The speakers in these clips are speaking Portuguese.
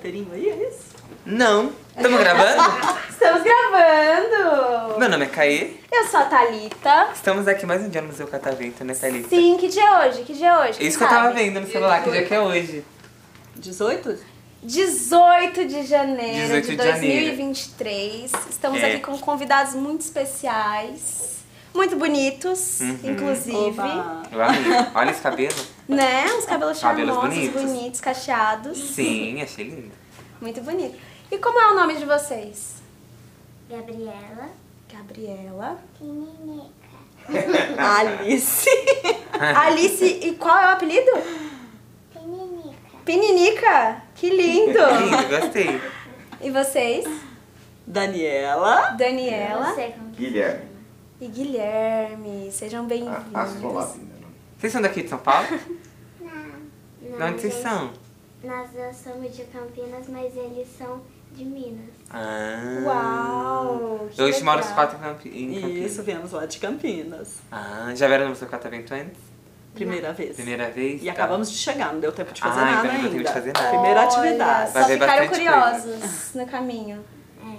Perinho aí, é isso? Não. Estamos gravando? Estamos gravando! Meu nome é Caê. Eu sou a Thalita. Estamos aqui mais um dia no Museu Catavento, né, Thalita? Sim, que dia é hoje? Que dia é hoje? Quem Isso que eu tava sabe? vendo no celular, que dia que é hoje. 18? 18 de janeiro 18 de de janeiro. 2023. Estamos É. aqui com convidados muito especiais. Muito bonitos, Uhum. inclusive. Oba. Eu amei. Olha esse cabelo. Né? Uns cabelos Cabelos charmosos, bonitos. bonitos. cacheados. Sim, achei lindo. Muito bonito. E como é o nome de vocês? Gabriela, Gabriela. pequenininha. Alice. Alice, e qual é o apelido? Pequenininha. Pininica. Que lindo. Lindo, gostei. E vocês? Daniela. Daniela Você como que Guilherme. e Guilherme. Sejam A- Ah, Ascolab, bem-vindos. né? não? Vocês são daqui de São Paulo? Não. De onde vocês eles- são? Nós dois somos de Campinas, mas eles são de Minas. Ah. Uau, que Eu hoje moro os legal. quatro em Campi- em Campinas. Isso, viemos lá de Campinas. Ah, já vieram no Museu Catavento antes? Primeira vez. Primeira vez? E acabamos de chegar, não deu tempo de fazer Ah, nada então não deu ainda. tempo de fazer nada. Primeira Olha, atividade. Só Vai ver ficaram bastante coisa. curiosos no caminho. É.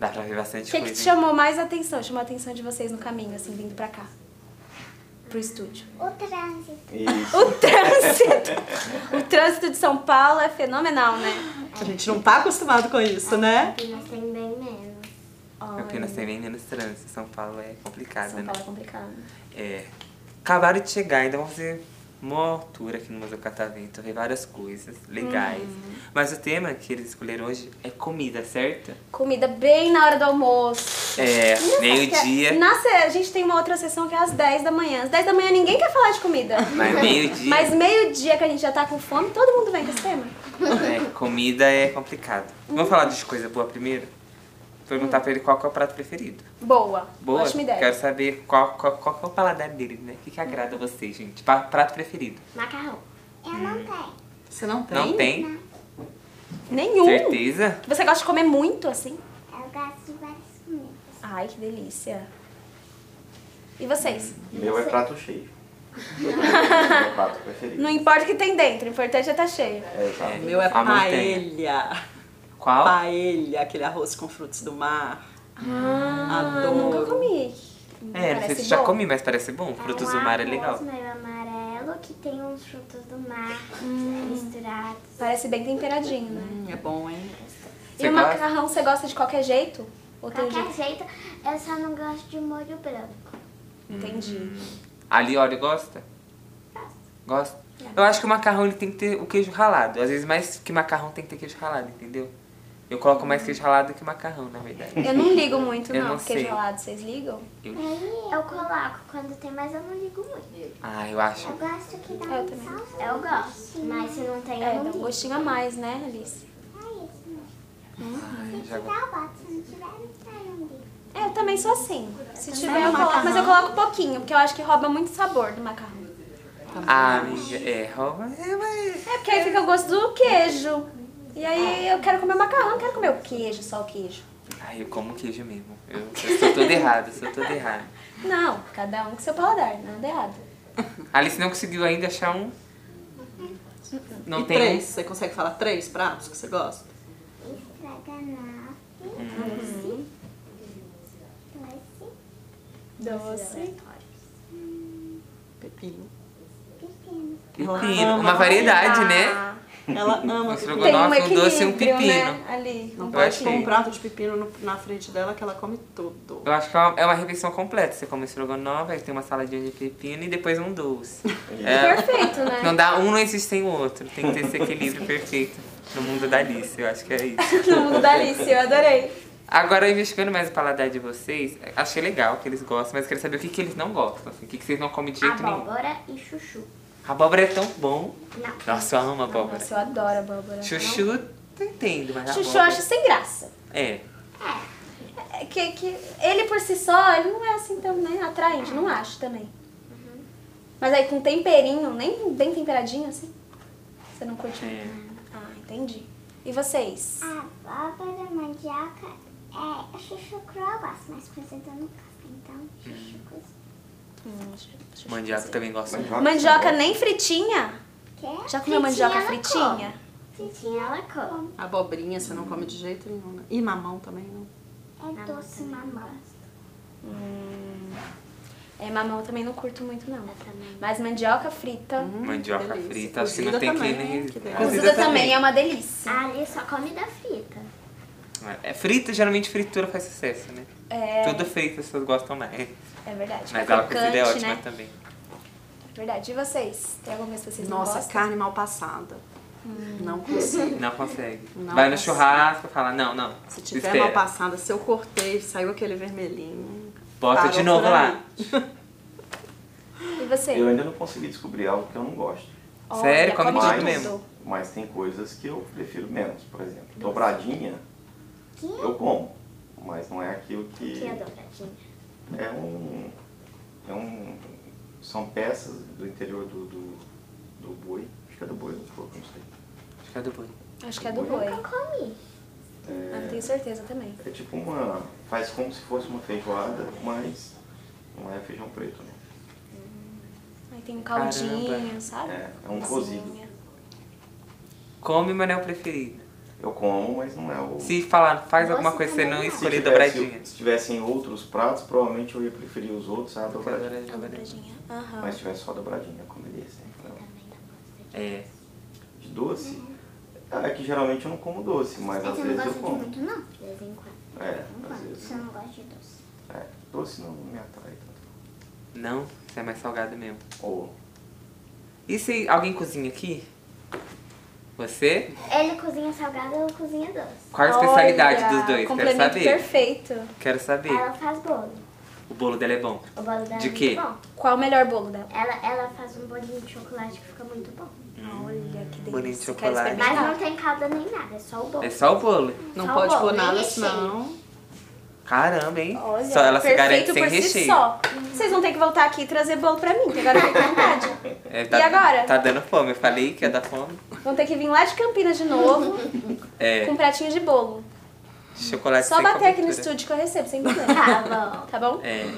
Dá pra ver O bastante que, que coisa. te hein? chamou mais a atenção? Chamou a atenção de vocês no caminho, assim, vindo pra cá? Pro estúdio. O trânsito. Isso. O trânsito! o trânsito de São Paulo é fenomenal, né? A gente não tá acostumado com isso, né? Campinas tem bem menos. Campinas tem bem menos trânsito. São Paulo é complicado, São né? Paulo é complicado. É. Acabaram de chegar, ainda vão fazer uma altura aqui no Museu Catavento, ver várias coisas legais. Uhum. Mas o tema que eles escolheram hoje é comida, certo? Comida bem na hora do almoço. É, Nossa, que é- meio-dia. Na se- a gente tem uma outra sessão que é às 10 da manhã. Às 10 da manhã ninguém quer falar de comida. Mas meio-dia. Mas meio-dia que a gente já tá com fome, todo mundo vem com esse tema. É, comida é complicado. Vamos falar de coisa boa primeiro? Perguntar pra ele qual que é o prato preferido. Boa. Boa? Ótima ideia. Hum. Quero saber qual, qual, qual que é o paladar dele, né? O que, que agrada a vocês, gente? Pa- Prato preferido. Macarrão. Eu não tenho. Você não tem? Não tem? Hum. Nenhum. Certeza? Você gosta de comer muito assim? Eu gosto de várias comidas. Ai, que delícia. E vocês? Meu é prato cheio. Meu prato preferido. Não importa o que tem dentro, o importante é estar cheio. É, exato. É. O meu é A montanha. paella. Qual? Paella, aquele arroz com frutos do mar. Ah, Adoro. nunca comi. É, não sei Parece se já bom. um comi, mas parece bom. Frutos do mar é legal. um arroz meio amarelo que tem uns frutos do mar Hum. misturados. Parece bem temperadinho, né? Hum, é bom, hein? E Você o gosta? macarrão você gosta de qualquer jeito? Ou tem Qualquer jeito? jeito, eu só não gosto de molho branco. Entendi. Ali, olha, gosta? Gosta? Eu acho que o macarrão ele tem que ter o queijo ralado. Às vezes mais que macarrão tem que ter queijo ralado, entendeu? Eu coloco mais queijo ralado que macarrão, na verdade. Eu não ligo muito, Eu não. não Queijo sei. ralado, vocês ligam? Eu coloco quando tem, mas eu não ligo muito. Ah, eu acho. Eu gosto que dá Eu um também. salsa. Eu gosto, mas se não tem, É, eu dá não um ligo. gostinho a mais, né, Alice? É isso mesmo. Ai, já Se vou- tiver, eu boto. Se não tiver, não tem, eu não ligo. É, eu também sou assim. Se tiver, também. eu coloco. Macarrão. Mas eu coloco pouquinho, porque eu acho que rouba muito sabor do macarrão. Ah, amiga, é, rouba. É, mas... É, porque aí fica o gosto do queijo. E aí eu quero comer macarrão, não quero comer o queijo, só o queijo. Ai, eu como queijo mesmo. Eu, eu sou todo errado, sou todo errado. Não, cada um com seu paladar, nada errado. A Alice não conseguiu ainda achar um. Não e tem um três? Você consegue falar três pratos que você gosta? Estraganafe, doce, doce, Doce. Pepino. pequeno. um pepino. Uma variedade, né? Ah, Ela ama Mas pepino. Tem Estrogonofe, um um equilíbrio, doce e um né? pepino. Ali. Não Eu pode achei. pôr um prato de pepino no- na frente dela que ela come tudo. Eu acho que é uma, é uma refeição completa. Você come estrogonofe, aí tem uma saladinha de pepino e depois um doce. É, Perfeito, né? Não dá, um não existe sem o outro. Tem que ter esse equilíbrio perfeito no mundo da Alice, eu acho que é isso. No mundo da Alice, eu adorei. Agora, investigando mais o paladar de vocês, achei legal que eles gostam, mas eu quero saber o que, que eles não gostam, assim, o que, que vocês não comem de jeito nenhum. Abóbora e chuchu. Abóbora é tão bom. Não. Nossa, eu amo abóbora. Nossa, eu adoro a abóbora. Chuchu, eu entendo, mas Chuchu eu abóbora- acho sem graça. É, É Que, que ele por si só, ele não é assim tão né, atraente, não acho também. Mas aí com temperinho, nem bem temperadinho assim, você não curte? é. Ah, entendi. E vocês? Abóbora, mandioca É, chuchu cru eu gosto, mas cozida eu não gosto. Então, chuchu cozido. Hum, chu- chu- Mandioca é chu- também gosto muito. Mandioca. Mandioca nem fritinha? Quer? Já comeu mandioca ela fritinha? come. Fritinha ela come. Abobrinha você não come de jeito nenhum, né? E mamão também não. É doce mamão. Hum. É, mamão eu também não curto muito, não. também. Mas mandioca frita. Mandioca delícia. frita, acho que Cozida não tem também, que nem. que delícia. Cozida, também é uma delícia. A Ali só come da frita. É frita, geralmente fritura faz sucesso, né? É, Tudo frita, as pessoas gostam mais. é verdade. Mas Fica ela cozida é crocante, ótima né? também. Verdade. E vocês? Tem alguma coisa que vocês não Hum. Nossa, gostam? carne mal passada. Não consigo. Não consegue. Não Vai no consegue. churrasco e fala, não, não. Se tiver espera. mal passada, se eu cortei, saiu aquele vermelhinho. Bota parou de novo por lá. ali. E você? Eu ainda não consegui descobrir algo que eu não gosto. Olha, Sério? É Come de tudo Mas, mesmo. mas tem coisas que eu prefiro menos. Por exemplo, dobradinha Que? eu como, mas não é aquilo que. Que é dobradinha. É um. É um. São peças do interior do, do, do boi. Acho que é do boi, do porco, não sei. Acho que é do boi. Acho que é do boi. Nunca comi. Ah, Eu tenho certeza também. É tipo uma. Faz como se fosse uma feijoada, mas não é feijão preto, né? Aí tem um caldinho, Caramba. sabe? É, é um Cozinha. cozido. Come, mas não é o preferido. Eu como, mas não é o. Se falar, faz Nossa, alguma coisa, você também não não. Se escolher tivesse- um dobradinha. Se tivessem outros pratos, provavelmente eu ia preferir os outros, sabe? Dobradinha. Uma dobradinha. Aham. Mas se tivesse só dobradinha, eu comeria sempre. né? É. De doce? É que geralmente eu não como doce, mas É às que eu não vezes eu gosto de como. muito, né? não. De vez em quando. É, Não às gosto. vezes. Você não gosta de doce. É, doce não me atrai tanto. Não, você é mais salgado mesmo. Ou E se alguém cozinha aqui? Você? Ele cozinha salgado, eu cozinho doce. Qual a especialidade Olha, dos dois? Quero Complemento saber. perfeito. Ah. Quero saber. Ela faz bolo. O bolo dela é bom. O bolo dela De é quê? muito bom. Qual o melhor bolo dela? Ela, ela faz um bolinho de chocolate que fica muito bom. Olha que delícia. bolinho de Quero Hum, chocolate. Mas experimentar. não tem calda nem nada, é só o bolo. É só o bolo. Não Só pode bom, pôr nem nada, recheio. senão. Caramba, hein? Olha, só ela se garante perfeito sem por si recheio. só. Vocês vão ter que voltar aqui e trazer bolo pra mim, que agora eu fiquei com vontade. É, tá- E agora? Tá dando fome. Eu falei que ia dar fome. Vão ter que vir lá de Campinas de novo, É, com um pratinho de bolo. chocolate Só sem bater aqui no cobertura. estúdio que eu recebo, sem problema. Tá bom. Tá bom? É.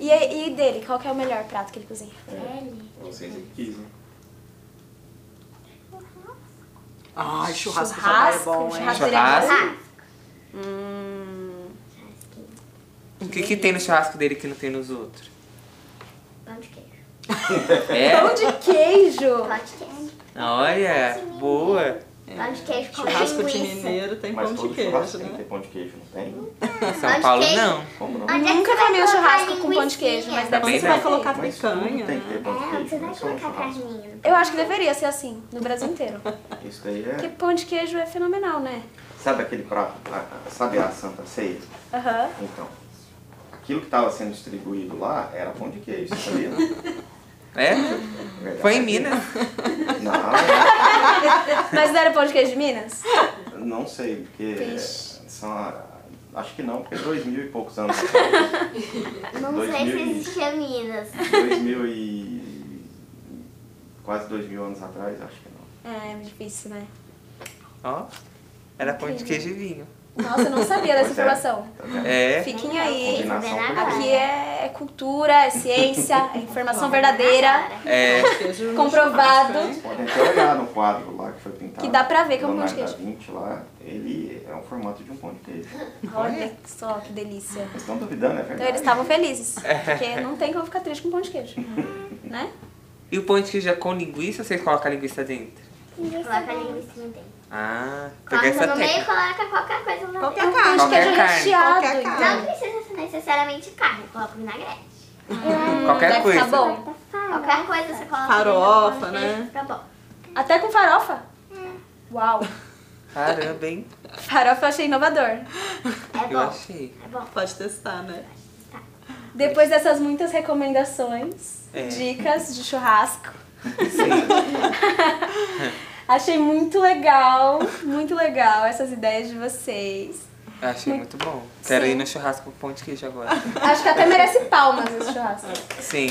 E, e dele, qual que é o melhor prato que ele cozinha? Ele. vocês que quis, né? Ai, churrasco, Churrasco, churrasco é bom, hein? churrasco. Churrasco? Ah, Hum, O que, que tem no churrasco dele que não tem nos outros? Pão de queijo. É? pão de queijo! Pão de queijo. Olha, boa. Pão de queijo com Churrasco de linguiça. mineiro tem Mas pão todo de queijo, churrasco tem que né? ter pão de queijo, não tem? Em Pão São de Paulo, queijo. não. Como não? Onde é que Nunca você vai comi um colocar churrasco com pão de linguiça? queijo, mas deve Também ser Você vai não. perfeito. colocar Mas tudo picanha. tem que ter É, pão de onde queijo, você não é vai só um colocar churrasco. carninha. Eu acho que deveria ser assim, no Brasil inteiro. Isso daí Porque é... pão de queijo é fenomenal, né? Sabe aquele prato? a- a- Sabe a Santa Ceia? Aham. Então, aquilo que estava sendo distribuído lá era pão de queijo, sabia? É? Verdade. Foi em Minas. Não, Mas não era pão de queijo de Minas? não sei, porque Vixe. são... a- Acho que não, porque dois mil e poucos anos. Não Dois sei se mil e- existia Minas. dois mil e... Quase dois mil anos atrás, acho que não. É, é difícil, né? Ó. Era pão de queijo e vinho. Nossa, eu não sabia dessa Pois é. informação. Tá vendo? É. Fiquem aí. Combinação Vem com- agora. Aqui é cultura, é ciência, é informação verdadeira, É. Queijo no Comprovado. churrasco, hein? Podem até olhar no quadro lá que foi pintado. que dá pra ver que é um pão de Leonardo da queijo. Vinci lá, ele é um formato de um pão de queijo. Olha só que delícia. Vocês estão duvidando, é verdade? Então eles estavam felizes, É. porque não tem como ficar triste com pão de queijo, né? E o pão de queijo é com linguiça ou vocês colocam a linguiça dentro? Coloca a linguiça dentro. Ah, peguei Coloca essa no meio e técnica. coloca qualquer coisa lá Qualquer dentro. É um Pão carne. de Qualquer queijo carne, recheado. qualquer então. carne. Não precisa ser necessariamente carne, coloca vinagrete. Qualquer Deve coisa. ficar bom. Qualquer coisa você coloca Ah, é Farofa, dentro, coloca né? Fica Tá bom. Até com farofa? É. Uau! Caramba, hein? Farofa eu achei inovador. É Eu bom. achei. É bom. Pode testar, né? Depois dessas muitas recomendações, É. dicas de churrasco, Sim. achei muito legal, muito legal essas ideias de vocês. Eu achei muito bom. Quero ir no churrasco com pão de queijo agora. Acho que até merece palmas esse churrasco. Sim.